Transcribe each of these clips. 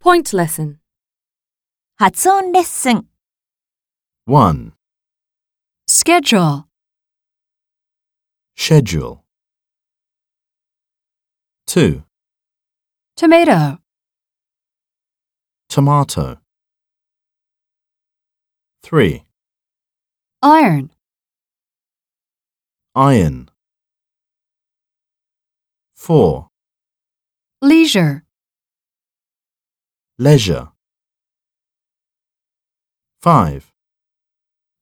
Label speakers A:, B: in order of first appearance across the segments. A: Point lesson.
B: 発音レッスン、
C: 1.
A: Schedule.
C: Schedule. 2.
A: Tomato.
C: Tomato. 3.
A: Iron.
C: Iron. 4.
A: Leisure.
C: Leisure. 5.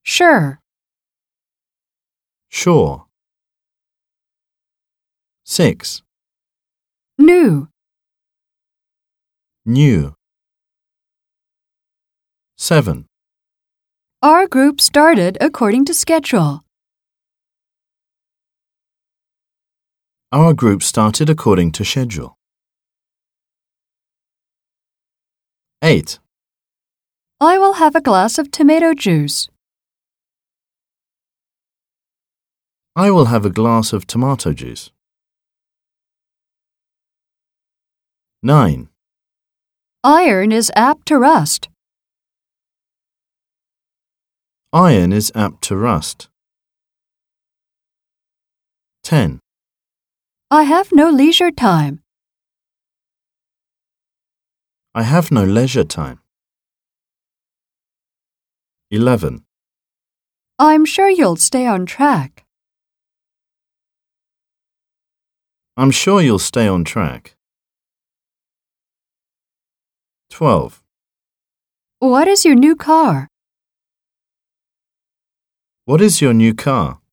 A: Sure.
C: Sure. 6.
A: New.
C: New. 7.
A: Our group started according to schedule.
C: Our group started according to schedule. 8.
A: I will have a glass of tomato juice.
C: I will have a glass of tomato juice. 9.
A: Iron is apt to rust.
C: Iron is apt to rust. 10.
A: I have no leisure time.
C: I have no leisure time. 11.
A: I'm sure you'll stay on track.
C: I'm sure you'll stay on track. 12.
A: What is your new car?
C: What is your new car?